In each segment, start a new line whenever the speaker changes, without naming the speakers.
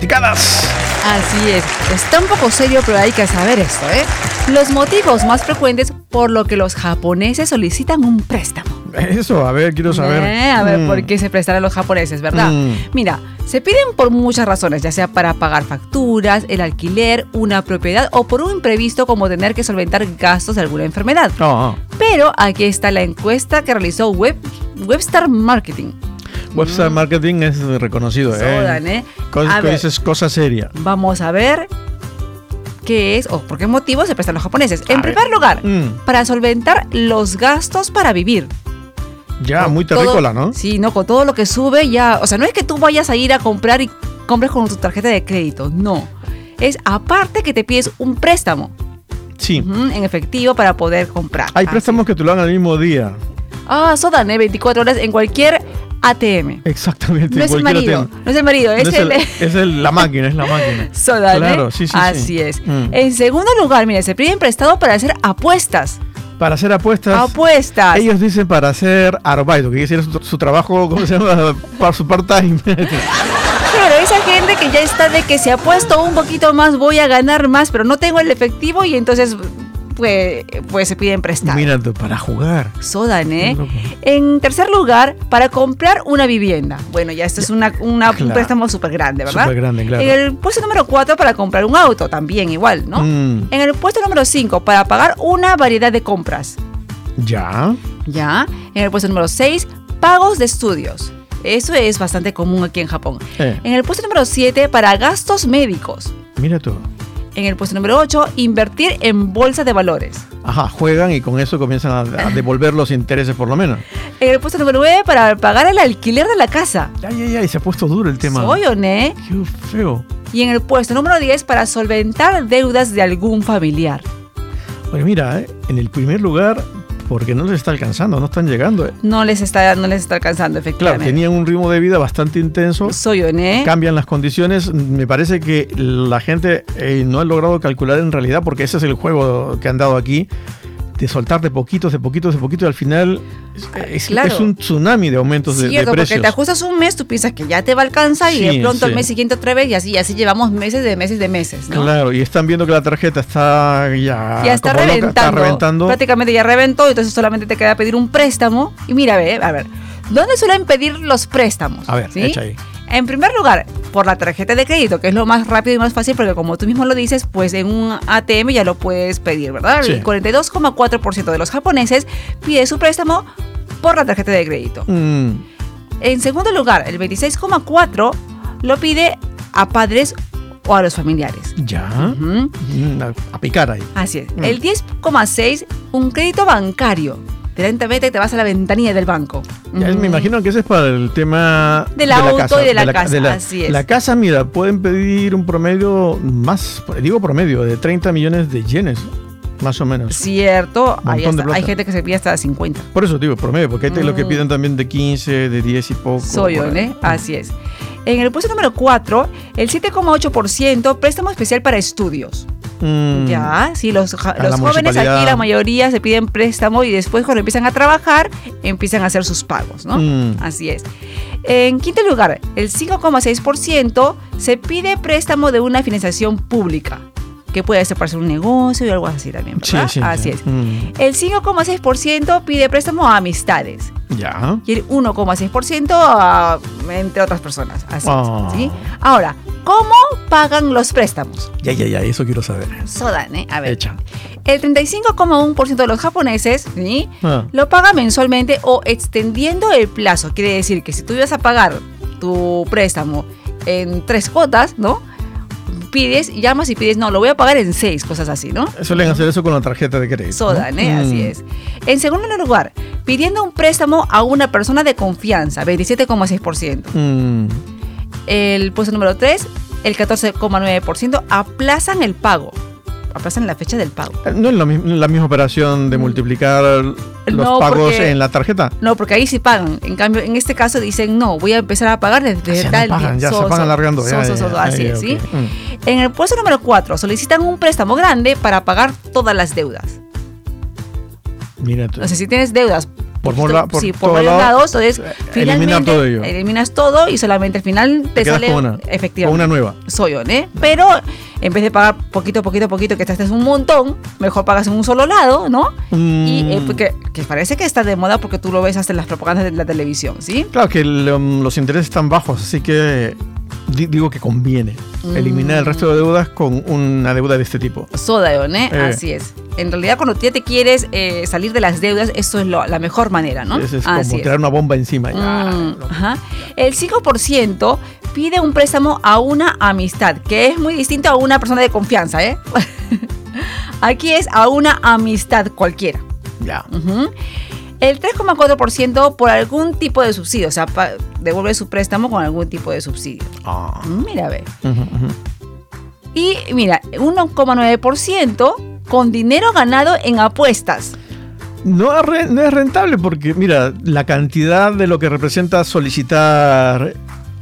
lunaticadas.
Así es. Está un poco serio, pero hay que saber esto, ¿eh? Los motivos más frecuentes por lo que los japoneses solicitan un préstamo.
Eso, a ver, quiero saber.
Eh, a ver,
Mm.
¿por qué se prestarán los japoneses, verdad?
Mm.
Mira, se piden por muchas razones, ya sea para pagar facturas, el alquiler, una propiedad o por un imprevisto como tener que solventar gastos de alguna enfermedad.
No, no.
Pero aquí está la encuesta que realizó Web, Webstar Marketing.
Website marketing es reconocido, ¿eh?
Sodan, ¿eh?
Cos-
A ver.
dices cosa seria.
Vamos a ver qué es o por qué motivo se prestan los japoneses. En
A ver.
primer lugar,
Mm,
para solventar los gastos para vivir.
ya,
Con
muy
Oh, todo-
terrícola, ¿no?
Sí, no, con todo lo que sube ya. O sea, no es que tú vayas a ir a comprar y compres con tu tarjeta de crédito, no. Es aparte que te pides un préstamo
Sí.
ujú, Ah, en efectivo para poder comprar.
Hay
Así.
préstamos que te lo dan al mismo día.
Ah, Sodan, ¿eh? 24 horas en cualquier ATM.
Exactamente.
no es el
cualquier
marido,
tema.
no es el marido, es,
No es
el...
el- es el- la máquina, es la máquina.
Sodan, ¿eh?
Claro, sí, sí, sí.
Así es.
Mm.
En segundo lugar, mire, se piden prestado para hacer apuestas.
Para hacer apuestas.
Ah, Apuestas.
Ellos dicen para hacer arbeito, que quiere decir su, su trabajo, ¿cómo se llama? Para su part-time.
Claro, esa gente que ya está de que se ha puesto un poquito más, voy a ganar más, pero no tengo el efectivo y entonces pues, pues se piden prestado.
Mira, tú, para jugar.
Sodan, ¿eh?
Loco.
En tercer lugar, para comprar una vivienda. Bueno, ya esto es una, una- un
Claro.
préstamo súper grande, ¿verdad?
Súper grande, claro.
En el puesto número cuatro, para comprar un auto, también igual, ¿no?
Mm,
En el puesto número cinco, para pagar una variedad de compras,
ya.
¿ya? En el puesto número seis, pagos de estudios. Eso es bastante común aquí en Japón.
Eh,
En el puesto número 7, para gastos médicos.
mira tú.
En el puesto número 8, invertir en bolsa de valores.
Ajá, juegan y con eso comienzan a, a devolver los intereses por lo menos.
En el puesto número 9, para pagar el alquiler de la casa.
Ay, ay, ay, se ha puesto duro el tema.
Soy o ne?
Qué feo.
Y en el puesto número 10, para solventar deudas de algún familiar.
Oye, mira, eh, en el primer lugar, porque no les está alcanzando, no están llegando. eh.
No les está, no les está alcanzando,
Claro,
efectivamente.
tenían un ritmo de vida bastante intenso.
Soy o ne?
cambian las condiciones. Me parece que la gente eh, no ha logrado calcular en realidad, porque ese es el juego que han dado aquí, de soltar de poquitos, de poquitos, de poquitos, y al final eh, es,
Claro.
es un tsunami de aumentos de- de,
Cierto, porque
precios.
te ajustas un mes, tú piensas que ya te va a alcanzar y de
Sí,
pronto al
sí.
mes siguiente otra vez y así, y así llevamos meses de meses de meses, ¿no?
Claro, y están viendo que la tarjeta está ya,
ya está
Ah, como loca,
reventando,
está reventando.
Prácticamente ya reventó, entonces solamente te queda pedir un préstamo. Y mira, ve, a ver, ¿dónde suelen pedir los préstamos?
A ver,
¿Sí?
echa ahí.
En primer lugar, por la tarjeta de crédito, que es lo más rápido y más fácil, porque como tú mismo lo dices, pues en un ATM ya lo puedes pedir, ¿verdad?
Sí.
El 42,4% de los japoneses pide su préstamo por la tarjeta de crédito.
Mm,
En segundo lugar, el 26,4% lo pide a padres o a los familiares.
ya.
Ujú.
Mm, a, a picar ahí.
Así es.
Mm.
El 10,6, un crédito bancario. Directamente te vas a la ventanilla del banco. Mm,
Ya,
Ujú.
Me imagino que ese es para el tema
Del auto y de la casa, así es.
La casa, mira, pueden pedir un promedio más, digo promedio, de 30 millones de yenes, más o menos.
Cierto, ahí
Montón de
está. hay
plata.
gente que se pide hasta 50.
Por eso digo promedio, porque hay te- los que
Mm.
piden también de 15, de 10 y poco.
Soy yo,
por ahí.
¿eh? Así es. En el puesto número 4, el 7,8% préstamo especial para estudios.
Mm,
Ya, sí, los, ja-
A la
los jóvenes aquí,
municipalidad.
la mayoría se piden préstamo y después cuando empiezan a trabajar, empiezan a hacer sus pagos, ¿no? Ah,
mm,
Así es. En quinto lugar, el 5,6% se pide préstamo de una financiación pública, que puede ser para hacer un negocio y algo así también,
sí,
¿verdad?
sí,
así
sí.
es.
Mm,
El 5,6% pide préstamo a amistades
ya.
y el 1,6% a- entre otras personas. Así es,
Ah.
¿sí? Ahora, ¿cómo pagan los préstamos?
Ya, ya, ya, eso quiero saber.
Sodan, ¿eh? A ver.
Hecha.
El 35,1% de los japoneses ¿sí?
Ah,
lo paga mensualmente o extendiendo el plazo. Quiere decir que si tú ibas a pagar tu préstamo en tres cuotas, ¿no? Pides, llamas y pides, no, lo voy a pagar en seis, cosas así, ¿no?
Suelen hacer eso con la tarjeta de crédito.
Sodan,
¿no?
¿eh? Así
Mm,
es. En segundo lugar, pidiendo un préstamo a una persona de confianza, 27,6%.
mm,
El puesto número 3, el 14,9% aplazan el pago. Aplazan la fecha del pago.
Eh, No es lo mi- la misma operación de multiplicar los
Mm. No,
pagos
porque-
en la tarjeta.
No, porque ahí sí pagan. En cambio, en este caso dicen, no, voy a empezar a pagar
Ah,
desde
ya no
tal
pagan,
día.
ya
So,
se van
so,
alargando.
so,
ya,
so,
ya,
so, so,
ya,
así
ya,
es,
ok.
¿sí?
Mm.
En el puesto número 4, solicitan un préstamo grande para pagar todas las deudas.
Mira tú.
O sea, si tienes deudas
Por, mola- por
sí, por
todos
varios
lados,
lados. Entonces,
eh, elimina
finalmente
todo ello.
eliminas todo y solamente al final te
quedas
sale
con una- con
efectivamente
una nueva.
soy yo, ¿eh? Pero en vez de pagar poquito, poquito, poquito, que te haces un montón, mejor pagas en un solo lado, ¿no? Y eh,
Mm.
porque, que parece que está de moda porque tú lo ves hasta en las propagandas de la televisión, ¿sí?
Claro que el, um, los intereses están bajos, así que di- digo que conviene eliminar el
Mm.
resto de deudas con una deuda de este tipo.
Soda, ¿no? ¿eh?
Eh.
Así es. En realidad, cuando ya te quieres eh, salir de las deudas, eso es lo- la mejor manera, ¿no?
Es, es como
Así es.
tirar una bomba encima. Ya,
Mm,
no.
ajá. El 5% pide un préstamo a una amistad, que es muy distinto a una persona de confianza, ¿eh? Aquí es a una amistad cualquiera.
Ya.
Ujú. El 3,4% por algún tipo de subsidio, o sea, pa- devuelve su préstamo con algún tipo de subsidio.
Ah.
Mm, Mira, ve.
Ujú, ujú.
Y mira, 1,9% con dinero ganado en apuestas.
No, es re- no es rentable porque, mira, la cantidad de lo que representa solicitar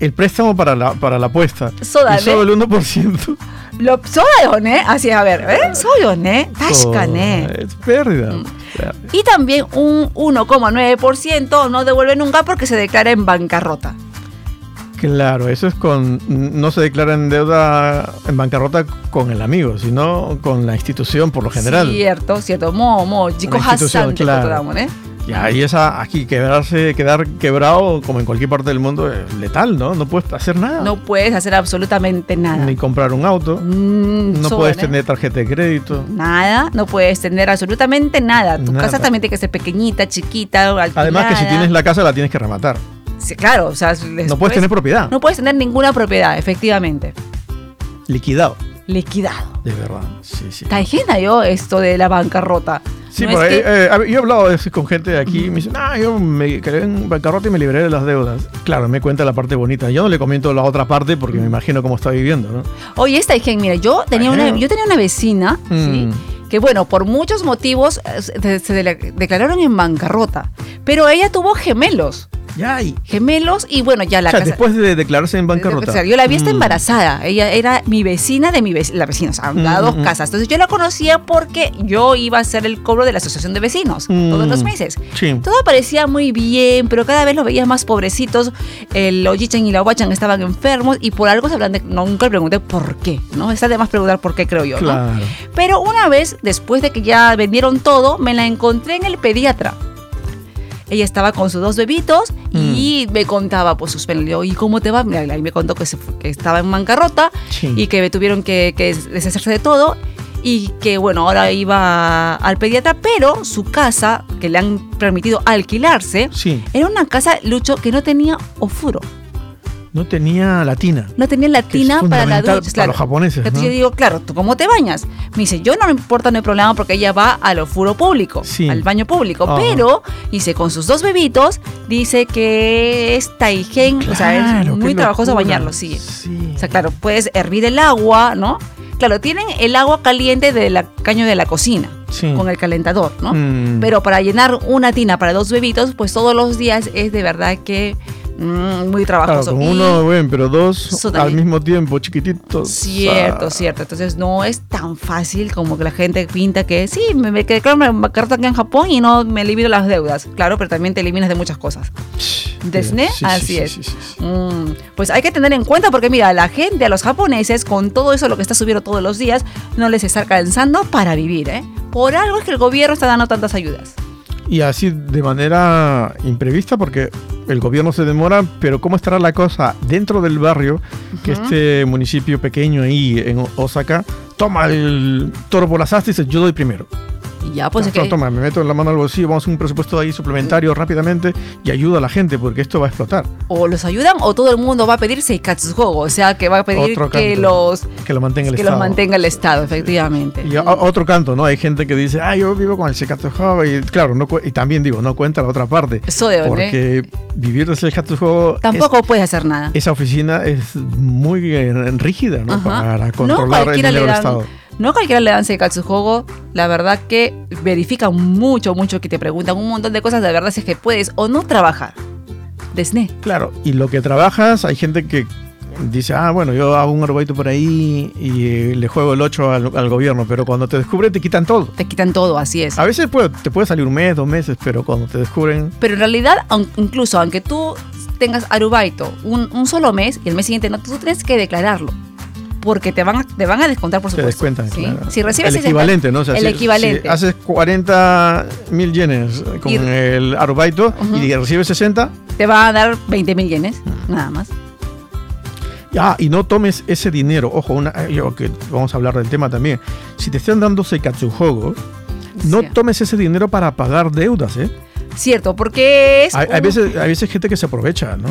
el préstamo para la, para la apuesta.
Soda,
Y solo el 1%.
Lo soy, ¿eh? Así es, a ver, ¿eh? Soy, ¿eh? Tashka, ¿eh?
Es pérdida.
Mm. Y también un 1,9% no devuelve nunca porque se declara en bancarrota.
Claro, eso es con. No se declara en deuda en bancarrota con el amigo, sino con la institución por lo general.
Cierto, cierto. Mo, mo, chico
Una institución,
hassan, te
claro.
controlamos, ¿eh?
Y ahí esa, aquí quebrarse, quedar quebrado, como en cualquier parte del mundo, es letal, ¿no? No puedes hacer nada.
No puedes hacer absolutamente nada.
Ni comprar un auto.
Mm,
No
soda,
puedes
¿eh?
tener tarjeta de crédito.
Nada, no puedes tener absolutamente nada. Tu
Nada.
casa también tiene que ser pequeñita, chiquita, alquilada.
Además que si tienes la casa la tienes que rematar.
Sí, claro, o sea,
No
después-
puedes tener propiedad.
No puedes tener ninguna propiedad, efectivamente.
Liquidado.
Liquidado.
De verdad. Sí, sí.
Está ajena yo esto de la bancarrota.
Sí,
No
por
es
ahí,
que-
eh, a ver, yo he hablado de eso con gente de aquí y me dicen, ah, yo me quedé en bancarrota y me liberé de las deudas. Claro, me cuenta la parte bonita. Yo no le comento la otra parte porque me imagino cómo está viviendo, ¿no?
Oye, esta Ijen, mira, yo tenía
Ajá.
una, yo tenía una vecina, ¿sí?
Mm.
que bueno, por muchos motivos eh, se, se de- declararon en bancarrota, pero ella tuvo gemelos,
Ya, y,
gemelos y bueno, ya la
o sea,
casa-
después de declararse en bancarrota.
o sea, yo la vi hasta
Mm.
embarazada, ella era mi vecina de mi vecina, la vecina, o sea, a
Mm,
dos
mm, mm.
casas. Entonces yo la conocía porque yo iba a hacer el cobro de la asociación de vecinos
Mm.
todos los meses.
Sí.
Todo parecía muy bien, pero cada vez los veías más pobrecitos. El Ojichen y la Oachan estaban enfermos y por algo se hablan de. Nunca le pregunté por qué, ¿no? Está de más preguntar por qué, creo yo. ¿no?
Claro.
Pero una vez, después de que ya vendieron todo, me la encontré en el pediatra. Ella estaba con sus dos bebitos y me contaba pues sus penas. Le digo, ¿y cómo te va? Mira, y me contó que, se fu- que estaba en bancarrota
Sí.
y que tuvieron que, que deshacerse de todo y que bueno, ahora iba al pediatra, pero su casa que le han permitido alquilarse
Sí,
era una casa, Lucho, que no tenía ofuro,
no tenía latina.
no tenía
que es
latina para la
fundamental
ducha.
Para
claro.
los japoneses.
Entonces
¿no?
yo digo, claro, ¿tú cómo te bañas? Me dice, yo no me importa, no hay problema porque ella va al ofuro público,
Sí. Ah.
al baño público.
Ajá.
Pero, dice, con sus dos bebitos, dice que es taigen, o sea, es
Claro,
muy
qué
trabajoso
locura.
bañarlo, sí.
Sí.
O sea, claro, puedes hervir el agua, ¿no? Claro, tienen el agua caliente del caño de la cocina,
Sí.
con el calentador, ¿no?
Mm.
Pero para llenar una tina para dos bebitos, pues todos los días es de verdad que mm, muy
Claro,
trabajoso.
con
Y-
uno, bueno, pero dos
Eso
al
también.
mismo tiempo, chiquititos.
Cierto,
Ah,
cierto. Entonces no es tan fácil como que la gente pinta que sí, me, me quedé claro, me carta acá en Japón y no me elimino las deudas. Claro, pero también te eliminas de muchas cosas. ¿Desné?
Sí, sí,
Así
sí,
es.
sí, sí, sí.
Mm, pues hay que tener en cuenta porque mira, a la gente, a los japoneses, con todo eso lo que está subiendo todos los días, no les está alcanzando para vivir, ¿eh? Por algo es que el gobierno está dando tantas ayudas.
Y así de manera imprevista, porque el gobierno se demora, pero ¿cómo estará la cosa dentro del barrio? Que
Ujú.
este municipio pequeño ahí en O- Osaka toma el toro por las astas y dice: Yo doy primero.
Y ya, pues es
Toma,
que... Mm.
toma, me meto en la mano al bolsillo, vamos a un presupuesto ahí suplementario rápidamente y ayuda a la gente, porque esto va a explotar.
O los ayudan o todo el mundo va a pedir Seikatsugo, o sea, que va a pedir
Otro
que
canto.
los...
Que lo mantenga el
Que
Estado.
los mantenga el Estado, efectivamente.
Y oh, a- a- otro canto, ¿no? Hay gente que dice, ah, yo vivo con el Sekatujo. Y claro, no cu- y también digo, no cuenta la otra parte.
Eso de verdad. ¿eh?
Porque eh, vivir del Sekatujo.
Tampoco puedes hacer nada.
esa oficina es muy eh, rígida, ¿no?
Ajá.
Para
No
controlar el
cualquiera
dinero
le
del
dan-
Estado.
No a cualquiera le dan su juego. La verdad que verifican mucho, mucho que te preguntan un montón de cosas. La verdad es que puedes o no trabajar. Desné.
Claro, y lo que trabajas, hay gente que dice, ah, bueno, yo hago un arbolito por ahí y eh, le juego el 8 al, al gobierno, pero cuando te descubren te quitan todo.
Te quitan todo, así es.
A veces puede- te puede salir un mes, dos meses, pero cuando te descubren,
Pero en realidad, aun- incluso aunque tú tengas arubaito un, un solo mes y el mes siguiente no, tú tienes que declararlo. Porque te van a, te van a descontar, por
te
supuesto.
descuentan.
¿sí?
claro.
Si recibes
el
ese-
equivalente, ¿no? O sea,
el
si-
equivalente.
si haces 40 mil yenes con
Y-
el arbolito y
Ujú.
recibes 60,
te van a dar 20 mil yenes, nada más.
Ah, y no tomes ese dinero. Ojo, una, eh, yo que vamos a hablar del tema también. Si te están dando Sekatsuhogo, no
Sí.
tomes ese dinero para pagar deudas, ¿eh?
Cierto, porque es.
Hay, hay
un-
veces, hay veces gente que se aprovecha, ¿no?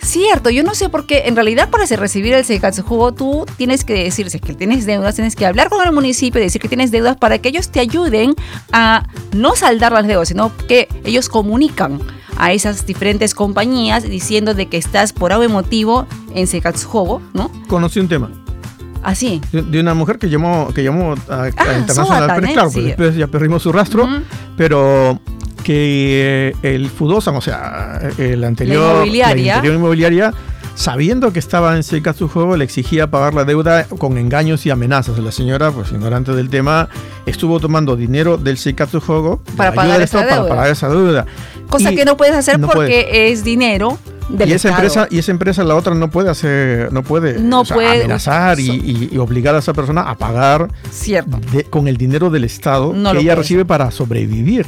Cierto, yo no sé por qué. En realidad, para se- recibir el Seikatsujugo, tú tienes que decir, si es que tienes deudas, tienes que hablar con el municipio y decir que tienes deudas para que ellos te ayuden a no saldar las deudas, sino que ellos comunican a esas diferentes compañías diciendo de que estás por algún motivo en Seikatsujugo, ¿no?
Conocí un tema
Así.
de, de una mujer que llamó, que llamó a, a
Ah,
Internacional
Sobatan,
Press,
¿eh?
claro,
Sí.
pero después ya perdimos su rastro,
Ujú.
pero que eh, el Fudosan, o sea, el anterior,
inmobiliaria.
anterior inmobiliaria, sabiendo que estaba en Sekatsuhogo, le exigía pagar la deuda con engaños y amenazas. La señora, pues ignorante del tema, estuvo tomando dinero del Seikatsuhogo de la
Para
ayuda
pagar
del
esa
Estado
deuda.
para pagar esa deuda.
Cosa
Y-
que no puedes hacer
no
porque es dinero del
y esa
Estado.
empresa y esa empresa la otra no puede hacer no puede,
No puede,
amenazar y,
so-
y- y obligar a esa persona a pagar
Cierto.
de- con el dinero del Estado
No
que
lo
ella
puede
recibe para sobrevivir.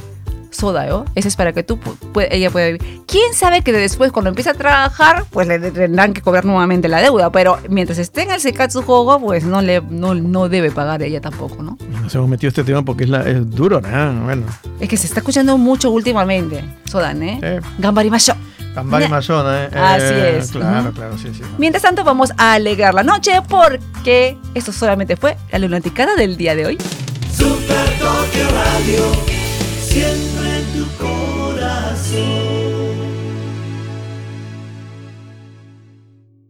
soda, ¿yo? Ese es para que tú, pu- pu- ella pueda vivir. ¿Quién sabe que después cuando empiece a trabajar, pues le tendrán que cobrar nuevamente la deuda? Pero mientras esté en el Sekatsu Hogo, pues no, le, no, no debe pagar ella tampoco, ¿no?
Nos hemos metido este tema porque es, la- es duro, ¿no? Bueno,
Es que se está escuchando mucho últimamente, Sodan, ¿eh?
eh,
Ganbarimashou.
Tambari
Ne-
Mayona, ¿eh?
Así
Eh,
es,
Claro,
ujú.
claro, sí, sí.
Mientras tanto, vamos a alegar la noche porque esto solamente fue la lunaticada del día de hoy.
Super Tokio Radio, siempre en tu corazón.